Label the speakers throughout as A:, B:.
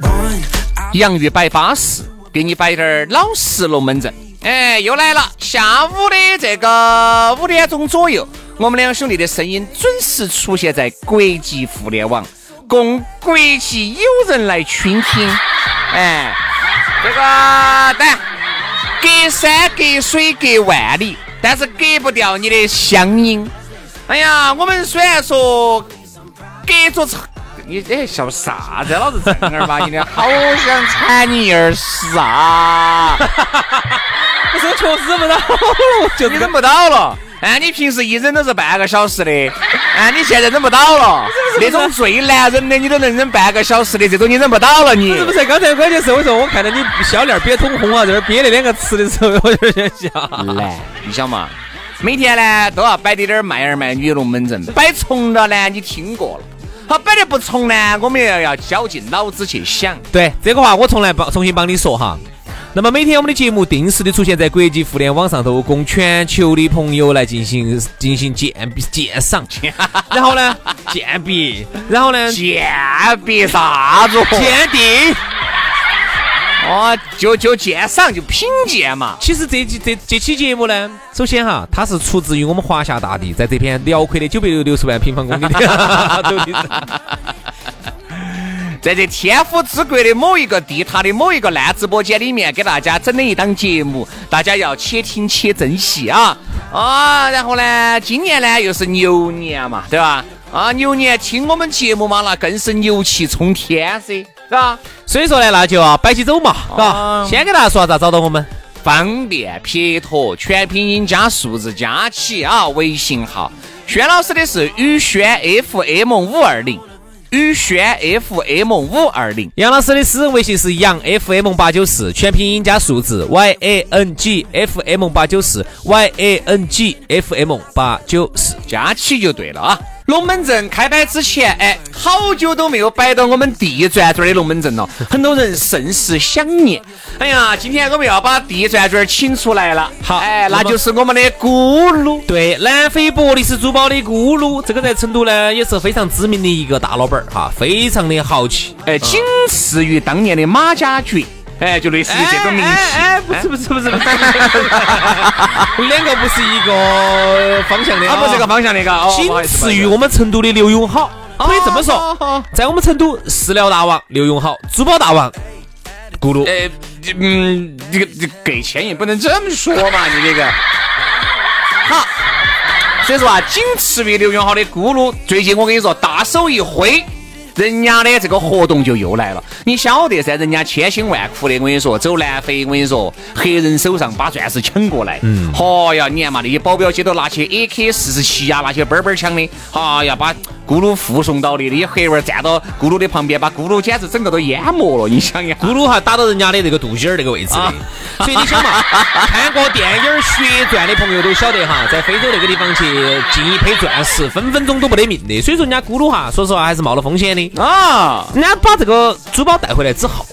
A: One, I
B: 洋芋摆巴适，给你摆点儿老实龙门阵。哎，又来了，下午的这个五点钟左右，我们两兄弟的声音准时出现在国际互联网，供国际友人来倾听。哎，这个但隔山隔水隔万里，但是隔不掉你的乡音。哎呀，我们虽然说隔着层，你这笑啥子？老子正儿八经的，好想铲你一耳屎啊！
C: 不是，我确实忍不到，就
B: 你忍不到了。哎，你平时一忍都是半个小时的，哎，你现在忍不到了。那种最难忍的，你都能忍半个小时的，这种你忍不到了你。
C: 是不是？刚才关键是我说，我看到你小脸憋通红啊，在那儿憋那两个词的时候，我就想笑。
B: 难，你想嘛，每天呢都要摆点点卖儿卖女龙门阵，摆重了呢你听过了，好摆的不重呢，我们也要绞尽脑汁去想。
C: 对这个话，我重来帮重新帮你说哈。那么每天我们的节目定时的出现在国际互联网上头，供全球的朋友来进行进行鉴别鉴赏，然后呢鉴别，然后呢
B: 鉴别啥子？
C: 鉴定。
B: 哦，就就鉴赏就品鉴嘛。
C: 其实这期这这期节目呢，首先哈，它是出自于我们华夏大地，在这片辽阔的九百六十万平方公里的土地上。
B: 在这天府之国的某一个地塔的某一个烂直播间里面，给大家整了一档节目，大家要且听且珍惜啊啊！然后呢，今年呢又是牛年嘛，对吧？啊，牛年听我们节目嘛，那更是牛气冲天噻，是吧？
C: 所以说呢，那就要摆起走嘛，是吧
B: 啊？
C: 先给大家说下咋找到我们。
B: 方便撇脱，全拼音加数字加起啊，微信号。轩老师的是宇轩 FM 五二零，宇轩 FM 五二零。
C: 杨老师的私人微信是杨 FM 八九四，全拼音加数字 Y A N G F M 八九四 Y A N G F M 八九四。
B: 加起就对了啊。龙门阵开摆之前，哎，好久都没有摆到我们地转转的龙门阵了，很多人甚是想念。哎呀，今天我们要把地转转请出来了，
C: 好
B: 哎，
C: 那么
B: 那就是我们的咕噜。
C: 对，南非伯利斯珠宝的咕噜，这个在成都呢也是非常知名的一个大老板儿哈，非常的豪气。
B: 哎，仅次于当年的马家爵，哎，就类似于这种明星。
C: 哎，不是不是不是不是，两个不是一个方向 的
B: 啊，不是这个方向那个，哦
C: 仅
B: 不好意思
C: 次于我们成都的刘永好，可以这
B: 哦
C: 么
B: 哦
C: 说
B: 哦，
C: 在我们成都饲料大王刘永好，珠宝大王咕噜，
B: 呃，嗯，这个这个给钱也不能这么说嘛，你这个。好，所以说啊，仅次于刘永好的咕噜，最近我跟你说，大手一挥。人家的这个活动就又来了，你晓得噻，人家千辛万苦的，我跟你说，走南非，我跟你说，黑人手上把钻石抢过来，嗯，哦呀，你看嘛，那些保镖些都拿起 AK 四十七啊呀，拿起嘣嘣枪的，哎呀，把咕噜护送到的，那些黑娃儿站到咕噜的旁边，把咕噜简直整个都淹没了，你想一啊下，
C: 咕噜哈打到人家的这个肚脐儿这个位置的，
B: 啊
C: 所以你 想嘛，看过电影《血钻》的朋友都晓得哈，在非洲那个地方去进一批钻石，分分钟都不得命的，所以说人家咕噜哈，说实话还是冒了风险的。
B: 啊，
C: 人家把这个珠宝带回来之后，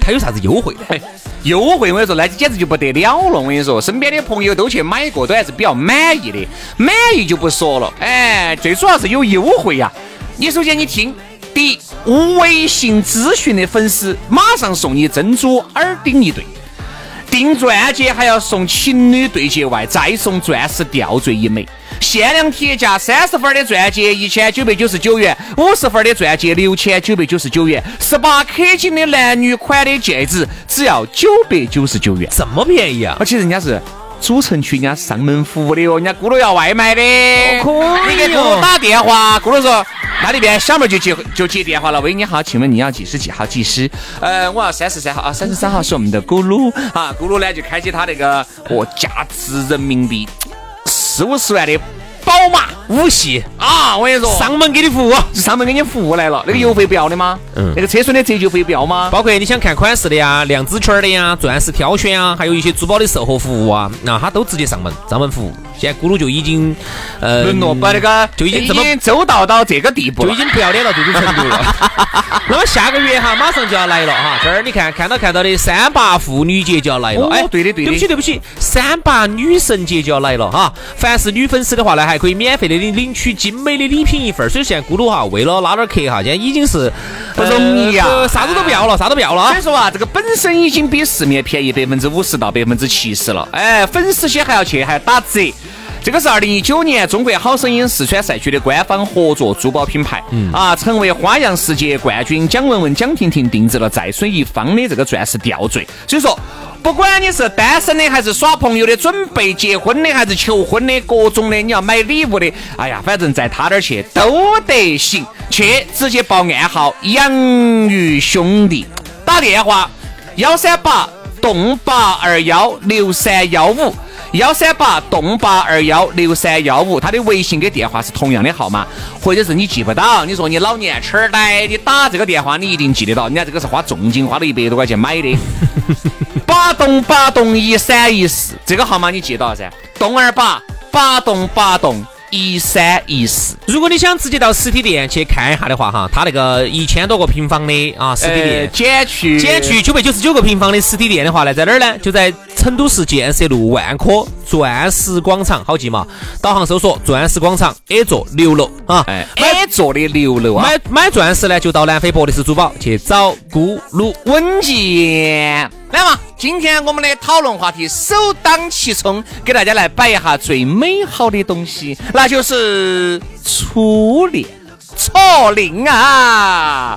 C: 它有啥子优惠呢？
B: 哎，优惠我跟你说，那简直就不得了了。我跟你说，身边的朋友都去买过，都还是比较满意的。满意就不说了，哎，最主要是有优惠呀、你首先你听，第一，无微信咨询的粉丝马上送你珍珠耳钉一对；第进钻戒还要送情侣对戒外，再送钻石吊坠一枚。限量铁价：三十分的钻戒一千九百九十九元，五十分的钻戒六千九百九十九元，十八 K 金的男女款的戒指只要九百九十九元。
C: 这么便宜啊？
B: 而且人家是主城区，人家上门服务的哟，人家咕噜要外卖的。
C: 哦可以哦
B: 你给咕噜打电话，咕噜说那里边小妹儿就接就接电话了。喂，你好，请问你要几十几号技师？呃，我要三十三号啊，三十三号是我们的咕噜啊，咕噜呢就开启他那个哦，价值人民币四五十万的宝马
C: 五系
B: 啊，我跟你说，
C: 上门给你服务，啊
B: 上门给你服务来了，那个邮费不要的吗？
C: 嗯
B: 那个车损的折旧费不要吗？
C: 包括你想看款式的呀、量子圈的呀、钻石挑选啊，还有一些珠宝的售后服务啊，那、他都直接上门上门服务。现在咕噜就已经呃
B: 沦落把那个
C: 就已经这么
B: 周到到这个地步
C: 就
B: 了
C: 已。经不要脸到这种程度 了。那么下个月哈，马上就要来了哈，这儿你看看到看到的三八妇女节就要来了，哎
B: 哦对的对的
C: 对不起对不起，三八女神节就要来了哈。凡是女粉丝的话呢，还可以免费的领领取精美的礼品一份儿。所以现在咕噜哈，为了拉点儿客哈，现在已经是
B: 不容易啊呀
C: 呃啥子都不要了，啥都不要了啊
B: 所以。说啊，这个本身已经比市面便宜百分之五十到百分之七十了。哎，粉丝些还要去还打折。这个是二零一九年中国好声音四川赛区的官方合作珠宝品牌，
C: 嗯
B: 啊，成为花样世界冠军蒋雯雯、蒋婷婷定制了在水一方的这个钻石吊坠。所以说，不管你是单身的，还是耍朋友的，准备结婚的，还是求婚的，各种的，你要买礼物的，哎呀，反正在他那儿去都得行，去直接报暗号“养
C: 嗯
B: 鱼兄弟”。打电话幺三八洞八二幺六三幺五。幺三八洞八二幺六三幺五，他的微信跟电话是同样的号码，或者是你记不到，你说你老年痴呆，你打这个电话你一定记得到，人家这个是花重金花了一百多块钱买的。八栋八栋一三一四，这个号码你记到噻？栋二八八栋八栋一三一四，
C: 如果你想直接到实体店去看一下的话哈，它那个一千多个平方的啊实体
B: 呃
C: 店。
B: 减去
C: 减去九百九十九个平方的实体店的话呢，在哪儿呢？就在成都市建设路万科钻石广场，好记嘛？导航搜索钻石广场 A 座六楼啊。
B: 哎 A 座的六楼啊，
C: 买买钻石呢，就到南非博利斯珠宝去找咕噜。
B: 稳健。来嘛，今天我们的讨论话题首当其冲，给大家来摆一下最美好的东西，那就是初恋。错龄啊！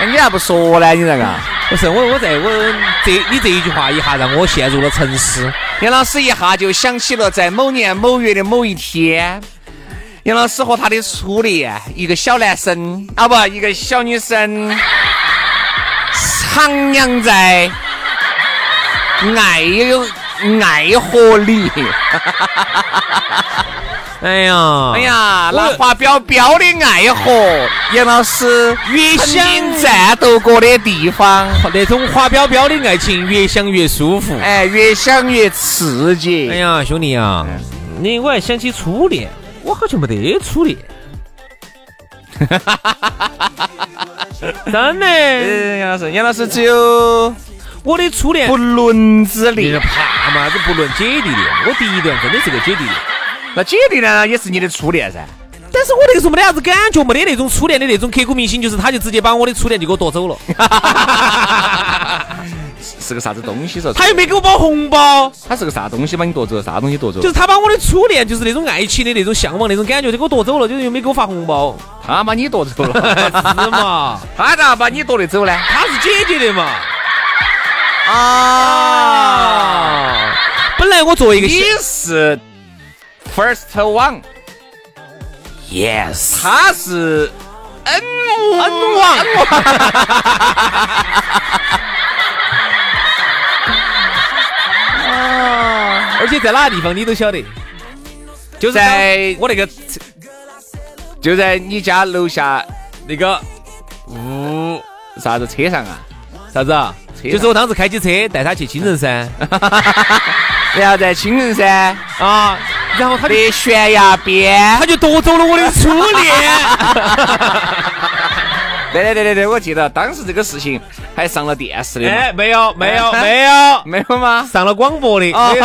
B: 哎你咋不说呢？你这个，
C: 不是我，我在我这你这一句话一下让我陷入了沉思。
B: 杨老师一下就想起了在某年某月的某一天，杨老师和他的初恋，一个小男生啊不，一个小女生，徜徉在爱爱河里。
C: 哎呀，
B: 哎，呀，
C: 我
B: 那华标标的爱河，杨老师
C: 越
B: 曾经
C: 想
B: 战斗过的地方，
C: 那种花标标的爱情，越想越舒服。
B: 哎，越想越刺激。
C: 哎呀，兄弟啊，你我还想起初恋，我好像没得初恋。真 的，
B: 嗯，杨老师，杨老师只有
C: 我的初恋
B: 不伦之
C: 你
B: 恋
C: 是。怕嘛？这不论姐弟恋，我第一段真的是个姐弟恋，
B: 那姐弟呢，也是你的初恋噻。
C: 但是我那个时候没得啥子感觉，没得那种初恋的那种刻骨铭心，就是他就直接把我的初恋就给我夺 走了， 啊
B: 是个啥子东西说？
C: 他又没给我包红包，
B: 他是个啥东西把你夺走？啥东西夺走？
C: 就是他把我的初恋，就是那种爱情的那种向往那种感觉，就给我夺走了，就是又没给我发红包，
B: 他把你夺走了，
C: 是嘛？
B: 他咋把你夺得走呢？
C: 他是姐姐的嘛？
B: 啊，
C: 本来我作为一个
B: 你
C: 小
B: 是 first one，yes，他是 n n 王。
C: 而且在哪个地方你都晓得，就是
B: 在
C: 我那个
B: 就在你家楼下
C: 那个
B: 屋啥子车上啊？
C: 啥子啊，
B: 车
C: 就是我当时开起车带他去青城山
B: 然后在青城山
C: 啊，然后他就
B: 的悬崖边
C: 他。就夺走了我的初恋，
B: 对对对对对，我记得当时这个事情还上了电视的嘛。
C: 哎，没有没 有啊没有，
B: 没有吗？
C: 上了广 播的，
B: 哦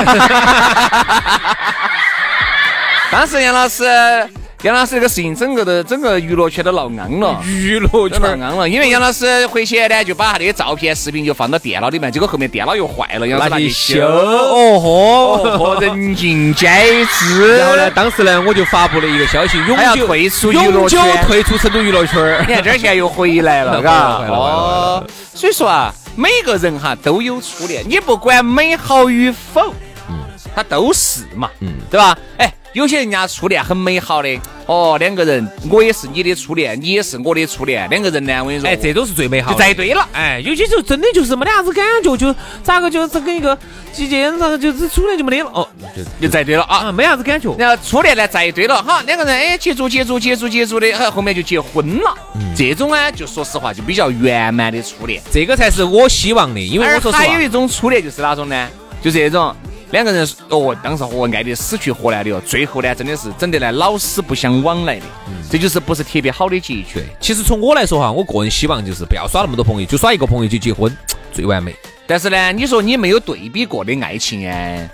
B: 当时杨老师杨老师这个事情，整个的整个娱乐圈都闹昂了。
C: 娱乐
B: 都
C: 圈
B: 闹
C: 儿
B: 昂了，因为杨老师回去呢，就把他的照片、视频就放到电脑里面，结果后面电脑又坏了，杨老师
C: 那
B: 拿
C: 就
B: 去
C: 修
B: 修，
C: 哦
B: 哦，
C: 豁。
B: 人尽皆知。
C: 然后呢，，当时呢，我就发布了一个消息，永
B: 他要
C: 久
B: 退出娱
C: 永
B: 乐
C: 久
B: 圈
C: 退出成都娱乐圈 儿
B: 你。看这儿现在又回来 了，
C: 回来
B: 嘎
C: 回来回来回来
B: 哦，所以说啊，每个人哈都有初恋，你不管美好与否，
C: 嗯
B: 他都是嘛，对吧？哎，有些人家初恋很美好的，哦，两个人，我也是你的初恋，你也是我的初恋，两个人呢，我跟你说，
C: 哎，这都是最美好
B: 就
C: 的。
B: 在一堆了。
C: 哎，有些时候真的就是没得啥子感觉，就咋个就这跟一个几件，然后就是初恋就没得了哦，
B: 就
C: 就
B: 在一堆了啊！
C: 啊没啥子感觉。
B: 然后初恋呢在一堆了哈，两个人哎接触接触接触接触的，哎后后面就结婚了。
C: 嗯
B: 这种呢，就说实话就比较圆满的初恋。
C: 这个才是我希望的，因为
B: 而
C: 我说实话
B: 还，有一种初恋就是哪种呢？就这种两个人哦，当时我爱的死去活来的哦，最后呢真的是整得来老死不相往来的，
C: 嗯
B: 这就是不是特别好的结局
C: 对。，其实从我来说哈，我个人希望就是不要耍那么多朋友，就耍一个朋友就结婚，最完美，
B: 但是呢，你说你没有对比过的爱情哎，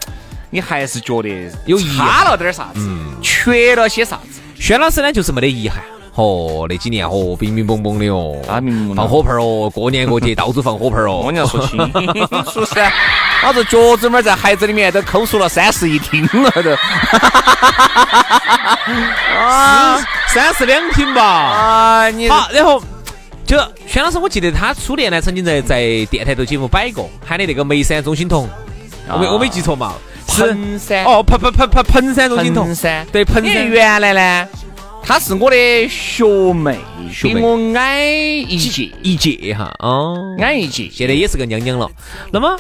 B: 你还是觉得
C: 有遗憾
B: 差了点啥子，
C: 嗯
B: 缺了些啥子。
C: 轩老师呢，就是没得遗憾。哦，那几年哦，冰冰崩崩的哦，
B: 啊冰冰崩崩
C: 放火炮儿哦，过年过节到处放火炮儿哦
B: 我。娘说 清楚噻，老子脚趾拇儿在孩子里面都抠出了三室一厅了都。啊
C: 三室两厅吧。
B: 啊，你
C: 好，然后就轩老师，我记得他初恋呢，曾经在在电台头节目摆过，喊的那个梅山钟欣桐，我没我没记错嘛？是
B: 啊彭山
C: 哦，彭彭彭彭彭山钟欣桐
B: 彭，山，
C: 对彭
B: 因为
C: 山
B: 原来呢，她是我的学妹，
C: 学
B: 比
C: 妹
B: 我矮一届，
C: 一届哈哦。
B: 矮一届，
C: 现在也是个娘娘了，那么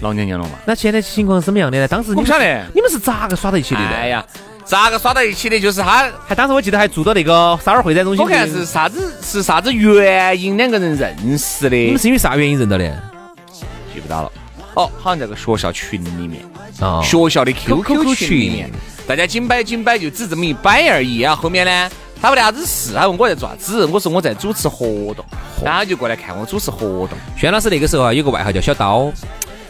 B: 老娘娘了嘛。
C: 那现在情况是什么样的呢？当时你
B: 我
C: 们
B: 不晓得
C: 你们是咋个耍到一起的呢？
B: 哎呀，咋个耍到一起的？就是她，
C: 还当时我记得还住到那个沙尔会展中心。
B: 我看是啥子是啥子原因两个人认识
C: 你
B: 的
C: 们，是因为啥原因认到的？
B: 嗯记不到了。哦，好像在个学校群里面，
C: 啊
B: 学校的
C: QQ
B: QQ 群里面
C: 群，
B: 大家紧摆紧摆，就只这么一摆而已啊。后面呢，他没得啥子事，他问我在做啥子，我说我在主持活动，然后他就过来看我主持活动。
C: 轩老师那个时候啊，有个外号叫小刀，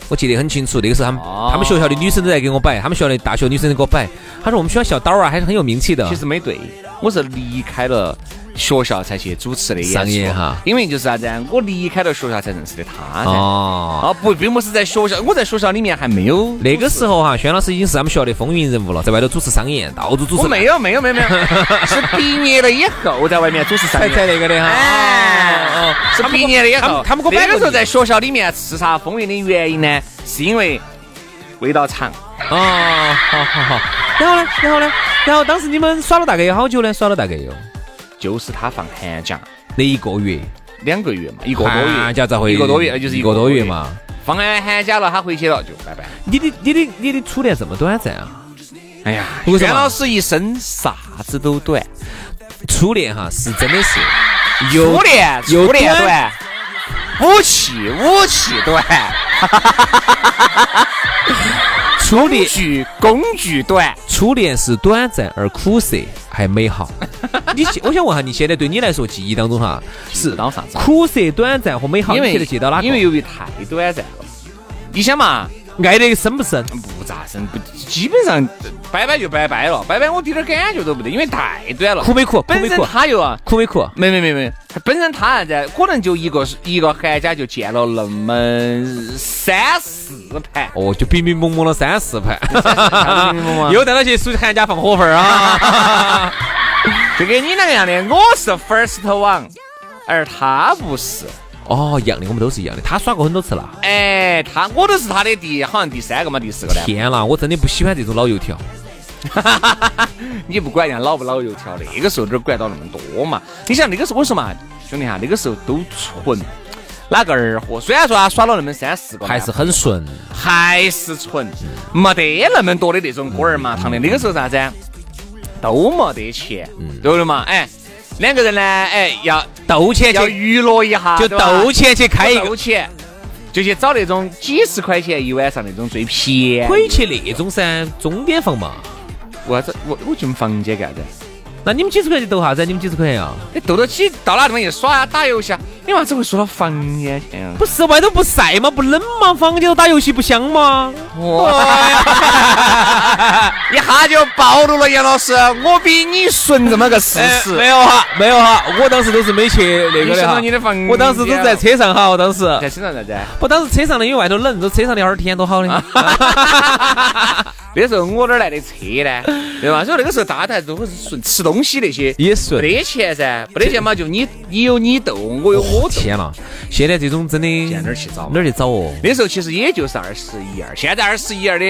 C: 我记得很清楚。那个时候他们、
B: 哦
C: 他们学校的女生都在给我摆，他们学校的大学女生都给我摆。他说我们学校小刀啊，还是很有名气的。
B: 其实没对，我是离开了学校才去主持的演出
C: 商业哈
B: 因为就是啥子啊，我离开了学校才认识的他噻。哦
C: 哦，
B: 不，并不是在学校，我在学校里面还没有主持。
C: 那个时候哈、轩老师已经是他们学校的风云人物了，在外头主持商演，到处主持。
B: 我没有，没有，没有，没有，是毕业了以后在外面主持商
C: 才
B: 业。
C: 在那个的哈。
B: 哎，是毕业了以
C: 他们
B: 后，
C: 他们给我摆
B: 那
C: 过
B: 个时候
C: 你
B: 在学校里面叱咤风云的原因呢，是因为味道长。
C: 哦，好好好。然后呢，然后呢，然后当时你们耍了大概有好久呢？耍了大概有
B: 就是他放寒假
C: 那一个月，
B: 两个月嘛，一个多月，
C: 寒假才回
B: 一个多月，呃就是
C: 一
B: 一
C: 个
B: 个
C: 多
B: 多
C: 月
B: 月。
C: 嘛。
B: 放完寒假了，他回去了就拜拜。
C: 你的你的你的初恋这么短暂啊？
B: 哎呀，
C: 为什么
B: 袁老师一生啥子都短，
C: 初恋哈是真的是有
B: 初恋
C: 有
B: 初恋
C: 短
B: 短，武器武器 短，
C: 初
B: 工
C: 恋
B: 具工具短。
C: 初恋是短暂而苦涩，还美 好。你现我想问下，你现在对你来说记忆当中哈
B: 不
C: 是
B: 到啥子
C: 苦涩、短暂和美好，你现在记到哪个？
B: 因为由于太短暂了，你想嘛，
C: 爱得深不深？
B: 不咋深，不基本上拜拜就拜拜了，拜拜我一点感觉都不得，因为太短了。
C: 苦没苦？苦
B: 本
C: 没
B: 身
C: 苦？
B: 他又啊，
C: 苦哦没苦？
B: 没没没没，本身他在可能就一个一个寒假就见了那么三四盘。
C: 哦，就冰冰蒙蒙了三四盘
B: 啥子冰冰蒙蒙，啊
C: 又带他去暑期寒假放火炮 啊！
B: 就跟你那个样的，我是 first one，而他不是。
C: 哦，一样的，我们都是一样的。他耍过很多次了。
B: 哎，他我都是他的第，好像第三个嘛，第四个呢。
C: 天啦，我真的不喜欢这种老油条。
B: 你不管人家老不老油条，那个时候哪管到那么多嘛？你想那个时候我说嘛，兄弟哈，那个时候都纯，哪个儿货？虽然说他耍了那么三四个，
C: 还是很顺。
B: 还是纯，没得那么多的那种锅儿麻糖的。那个时候啥子啊？都没得钱，对不对
C: 嗯
B: 嘛？哎，两个人呢，哎，要
C: 斗钱
B: 要
C: 去，
B: 娱乐一下，
C: 就
B: 对吧
C: 斗钱去开一
B: 不
C: 个
B: 够，钱，就去找那种几十块钱一晚上那种最便宜。
C: 可以去那种噻，钟点房嘛。
B: 我这我我进房间干啥子？
C: 那你们几十块钱斗啥子？你们几十块钱啊？
B: 你斗得起，到那地方一耍呀，打游戏啊，你娃子会说到房间去啊？
C: 不是外头不晒吗？不冷吗？房间头打游戏不香 吗？
B: 哎一下就暴露了杨老师，我比你顺这么个事
C: 哎
B: 实。
C: 没有哈，没有哈，我当时都是没去那
B: 你
C: 个的
B: 想
C: 哈
B: 到你的房
C: 我当时都
B: 间
C: 在
B: 了
C: 车上哈，我当时
B: 在身上啥子啊？
C: 我当时车上的，因为外头冷，这车上聊会儿天多好呢。
B: 那时候我哪来的车 呢？对吧？所以那个时候大家还都是顺吃东西那些，
C: 也顺
B: 没得钱噻，没得钱嘛，就你你有你斗，我有我斗。
C: 天呐，啊现在这种真的
B: 在哪儿去找嘛
C: 哪儿去找哦？
B: 那时候其实也就是二十一二，现在二十一二的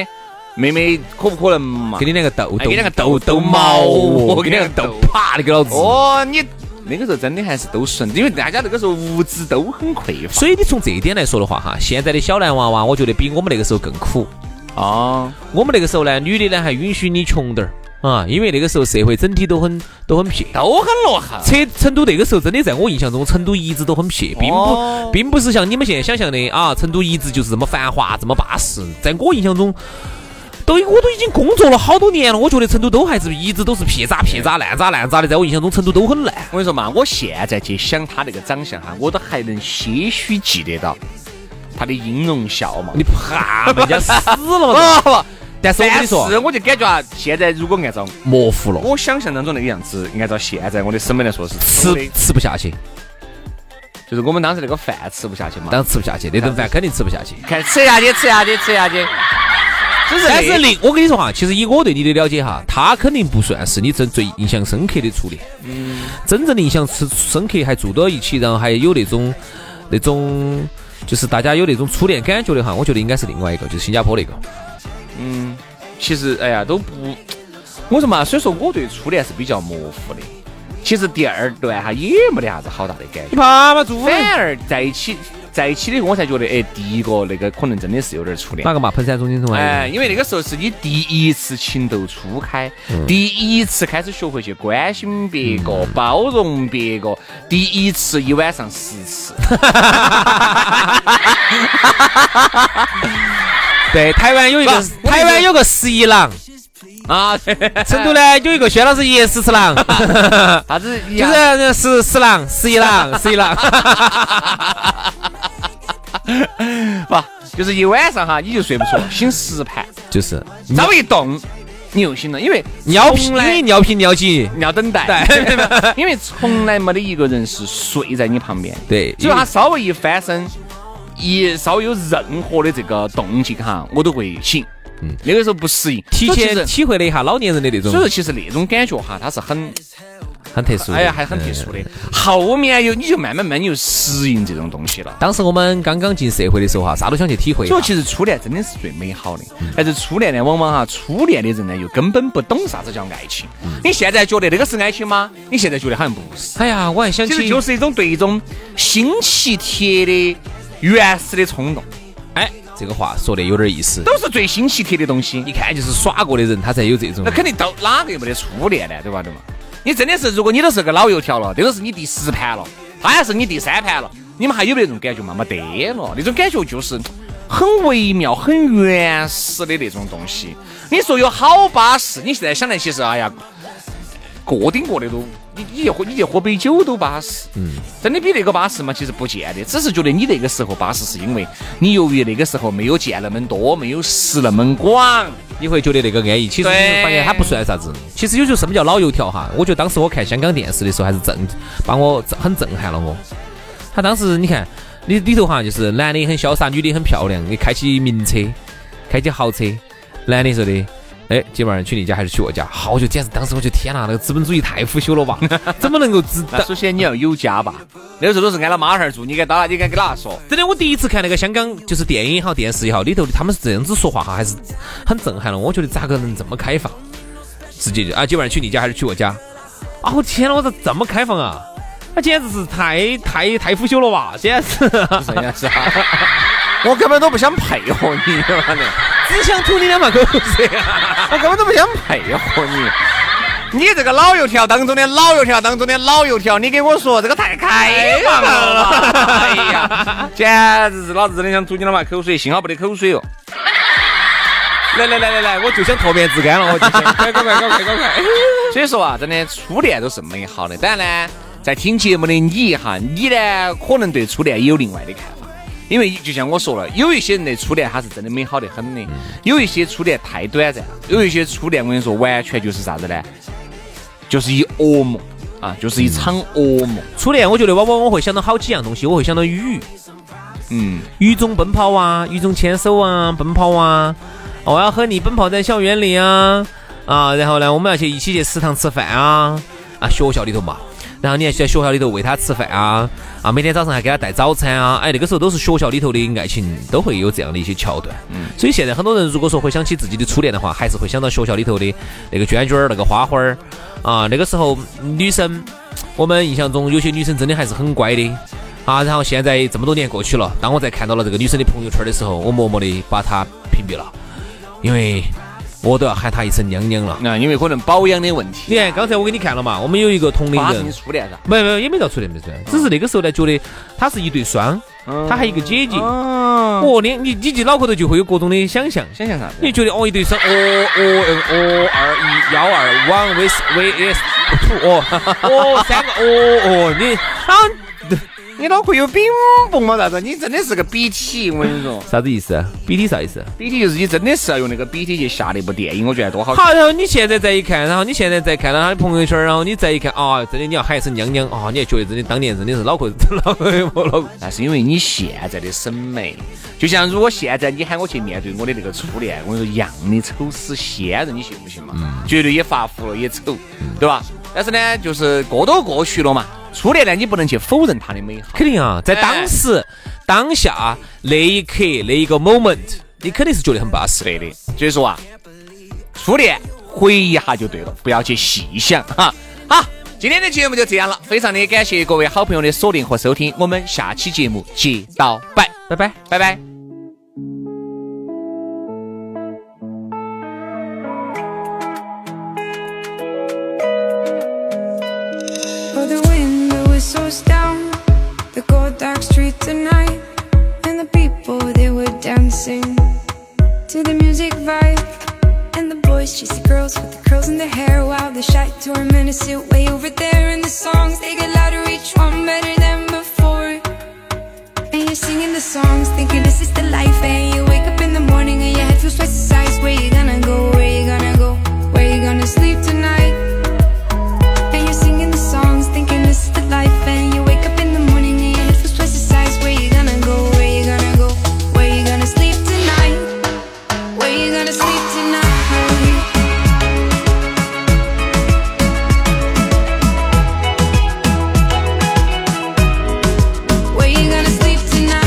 B: 妹妹可不可能嘛？
C: 给你两个斗
B: 哎
C: 斗
B: 给你两个斗斗毛
C: 我
B: 我给
C: 给
B: 你
C: 你
B: 两
C: 两
B: 个
C: 个
B: 斗
C: 斗啪，你给老子！
B: 哦，你那个时候真的还是都顺，因为大家那个时候物资都很匮乏。
C: 所以你从这一点来说的话，哈，现在的小男娃娃，我觉得比我们那个时候更苦。
B: 哦，
C: 我们那个时候呢，女的呢还允许你穷点儿啊，因为那个时候社会整体都很都很撇。
B: 都很落后。
C: 成成都那个时候真的在我印象中，成都一直都很撇，并不、
B: 哦
C: 并不是像你们现在想象的啊，成都一直就是这么繁华、这么巴适。在我印象中，都我都已经工作了好多年了，我觉得成都都还是一直都是撇渣、撇渣、烂渣、烂渣的。在我印象中，成都都很烂。
B: 我跟你说嘛，我现在去想他那个长相哈，我都还能些许记得到他的音容笑貌。
C: 你怕人家死了嘛？
B: 不 不，
C: 但是我跟
B: 但是
C: 你说，
B: 我就感觉啊，现在如果按照
C: 模糊了，
B: 我想象当中那个样子，按照现在我的审美来说 是丑的
C: 吃，吃不下去，
B: 就是我们当时那个饭吃不下去嘛。
C: 当然吃不下去，那顿 饭肯定吃不下去。
B: 看吃下去，吃下去，吃下去。就是
C: 但是
B: 那
C: 另，我跟你说哈，其实以我对你的了解哈，他肯定不算是你真最印象深刻的初恋。嗯，真正的印象深深刻还住到一起，然后还有那种那种。就是大家有那种初恋感觉的哈，我觉得应该是另外一个，就是新加坡那个。
B: 其实哎呀都不，我说嘛，所以说我对初恋是比较模糊的。其实第二段哈也没得啥子好大的感觉，
C: 怕嘛，住
B: 反而在一起在一起的我才觉得，哎，第一个那个可能真的是有点初恋
C: 哪。个嘛？彭山中心同
B: 哎，
C: 还
B: 因为那个时候是你第一次情窦初开，
C: 嗯
B: 第一次开始学会去关心别个、包容别个，第一次一晚上十 次。
C: 对，台湾有一个
B: 不
C: 台湾有个十一郎，
B: 啊，
C: 成都呢有一个薛老师爷十次 郎，
B: 啥子一
C: 就
B: 样？
C: 是十十郎、十一郎、十一 郎。
B: 不，就是一晚上哈，你就睡不着，醒十盘，
C: 就是
B: 稍微一动你又醒了，因为
C: 尿频，
B: 从
C: 因
B: 来
C: 为尿频尿急。
B: 你要等待， 因为从来没得一个人是睡在你旁边，
C: 对
B: 只要他稍微一翻身，一稍微有任何的这个动静哈，我都会醒。嗯，那个时候不适应，
C: 提
B: 所以其
C: 前
B: 实
C: 体会了一下老年人的那种
B: 所以说，其实那种感觉哈，它是很，
C: 很特殊的，
B: 哎呀，还很特殊
C: 嗯
B: 的。后面有你就慢慢慢你就适应这种东西了。
C: 当时我们刚刚进社会的时候哈，啥都想去体会一下
B: 所以其实初恋真的是最美好的，但是初恋呢，往往哈，初恋的人呢又根本不懂啥子叫爱情。你现在觉得那个是爱情吗？你现在觉得好像不是，
C: 哎呀，我还想
B: 其实
C: 起，
B: 就是一种对一种新奇贴的原始的冲动，
C: 哎，这个话说的有点意思。
B: 都是最新奇贴的东西。
C: 一看就是耍过的人，他才有这种
B: 那。肯定都哪个又没得初恋呢？对吧？对嘛？你真的是，如果你都是个老油条了，这个是你第十盘了，他还是你第三盘了，你们还有没得这种感觉嘛？没得了，那种感觉就是很微妙、很原始的那种东西。你说有好巴适，你现在想来，其实哎呀，过顶过的都，你你去喝你去喝杯酒都巴适。嗯，真的比那个巴适吗？其实不见得，只是觉得你那个时候巴适，是因为你由于那个时候没有见那么多，没有识那么广。
C: 你会觉得那个安逸。其实
B: 对
C: 你会发现它不算啥子。其实有时候什么叫老油条哈？我觉得当时我看香港电视的时候，还是震，把我震很震撼了我。他当时你看里里头哈，就是男的很潇洒，女的很漂亮，你开起名车，开起豪车，男的说的。哎，今晚去你家还是去我家？好，我就简直当时我就天呐，那个资本主义太腐朽了吧？ 怎么能够知道
B: 那？首先你要有家吧，那个时候都是挨到妈那儿住，你该到哪你该跟哪说。
C: 真的，我第一次看那个香港，就是电影也好，电视也好，里头他们是这样子说话哈，还是很震撼了。我觉得咋个能这么开放？直接就啊，今晚去你家还是去我家？啊，我天呐，我咋这么开放啊？那、简直是太太太腐朽了吧！简直
B: 是这样子啊， 我根本都不想配合你，妈的，
C: 只想吐你两把口 水啊！
B: 我根本都不想配合你。你这个老油条当中的老油条当中的老油条，你给我说这个太开放了吧！哎呀， 简直是老子真的想吐你两把口水，幸好没得口水 哦。
C: 来来来来来，我就想唾面自干了，我就想快快快快快快！
B: 所以说啊，真的初恋都是美好的。当然呢，在听节目的你哈，你呢可能对初恋也有另外的看法，因为就像我说了，有一些人的初恋他是真的美好得很的，有一些初恋太短暂了，有一些初恋我跟你说完全就是啥子呢？就是一噩梦啊，就是一场噩梦。
C: 初恋，我觉得往往我会想到好几样东西，我会想到雨，
B: 嗯，
C: 雨中奔跑啊，雨中牵手啊，奔跑啊，我要和你奔跑在校园里啊啊，然后呢，我们要去一起去食堂吃饭啊啊，学校里头嘛，然后你还去在学校里头喂他吃饭啊啊，每天早上还给他带早餐啊，哎，那个时候都是学校里头的爱情都会有这样的一些桥段，所以现在很多人如果说回想起自己的初恋的话，还是会想到学校里头的那个娟娟儿、那个花花儿啊，那个时候女生，我们印象中有些女生真的还是很乖的。啊，然后现在这么多年过去了，当我在看到了这个女生的朋友圈的时候，我默默的把她屏蔽了，因为我都要喊她一声娘娘了。
B: 那、啊因为可能保养的问题，
C: 你看，刚才我给你看了嘛，我们有一个同龄
B: 发
C: 人
B: 生，初恋噻。
C: 没有没有，也没到初恋没初恋，只是那个时候呢，觉得她是一对双，她还有一个姐姐。
B: 啊
C: 哦，你你你就脑壳头就会有各种的想象，
B: 想想啥子？
C: 你就觉得哦一对双，哦哦嗯哦二一幺二 one with with s two 哦哦三个哦哦你啊
B: 你脑壳有饼蹦吗？啥子？你真的是个 BT，我跟你说
C: 啥子意思？BT 啥意思？
B: ，BT 就是你真的是要用那个 BT 去下那部电影，我觉得多好看。
C: 好，然后你现在再一看，然后你现在再看到他的朋友圈，然后你再一看，啊，真的你要喊一声娘娘啊，你还觉得真的当年真的是脑 壳脑壳我脑壳
B: 那是因为你现在的审美，就像如果现在你喊我去面对我的那个初恋，我跟你说一样的丑死仙人，你信不信嘛？
C: 嗯
B: 绝对也发福了，也丑，对吧？但是呢，就是过都过去了嘛。初恋呢，你不能去否认它的美好。
C: 肯定啊，在当时、当下那一刻那一个 moment，你肯定是觉得很巴适的。
B: 对的，所以说啊，初恋回忆一下就对了，不要去细想哈。好，今天的节目就这样了，非常的感谢各位好朋友的锁定和收听，我们下期节目接到拜，
C: 拜拜。
B: 拜拜。
D: Oh, the wind, the whistles down the cold dark street tonight, and the people they were dancing to the music vibe, and the boys chase the girls with the curls in their hair while the shy tormentors sit way over there, and the songs they get louder, each one better than before. And you're singing the songs, thinking this is the life. And you wake up in the morning and your head feels twice the size. Where you gonna go? Where you gonna go? Where you gonna sleep tonight? And you're singing the songs, thinking this is the life. And you wake up in the morning and your head feels twice the size. Where you gonna go? Where you gonna go? Where you gonna sleep tonight? Where you gonna sleep tonight? Where you gonna sleep tonight?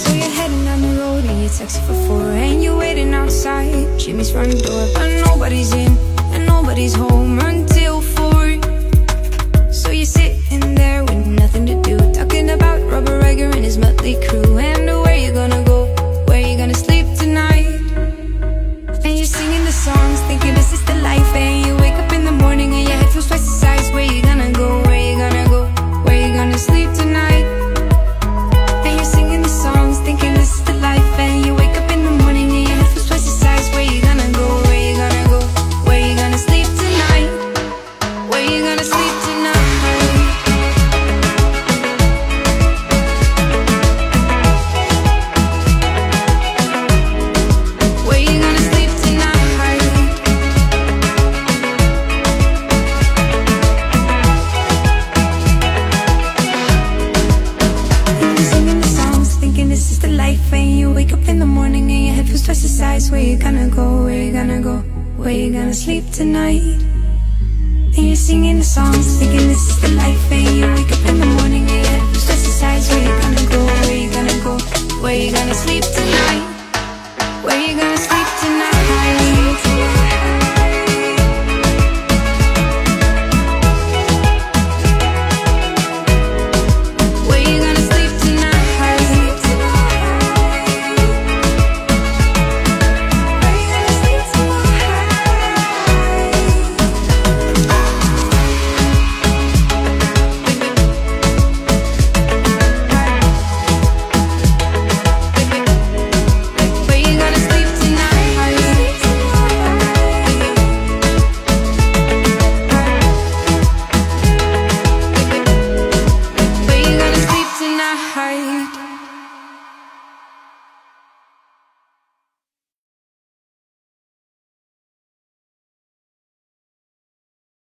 D: So you're heading down the road and you text for four and you're waiting outside Jimmy's front door, but nobody's in and nobody's home until four. So you're sitting there with nothing to do, talking about Robert Egger and his motley crew. And where you gonna go? Where you gonna sleep tonight? And you're singing the songs, thinking this is the life. And you wake up in the morning and your head feels twice the size. Where you gonna go? Where you gonna go? Where you gonna sleep tonight? And you're singing the songs, thinking this is the life. And you wake up in the morning and your head feels twice the size. Where you gonna go? Where you gonna go? Where you gonna sleep tonight? Where you gonna sleep tonight? Where you gonna sleep tonight? You're singing the songs, thinking this is the life. And you wake up in the morning and your head feels twice the size. Where you gonna go? Where you gonna go? Where you gonna sleep tonight? And you're singing the songs, thinking this is the life. And you wake up in the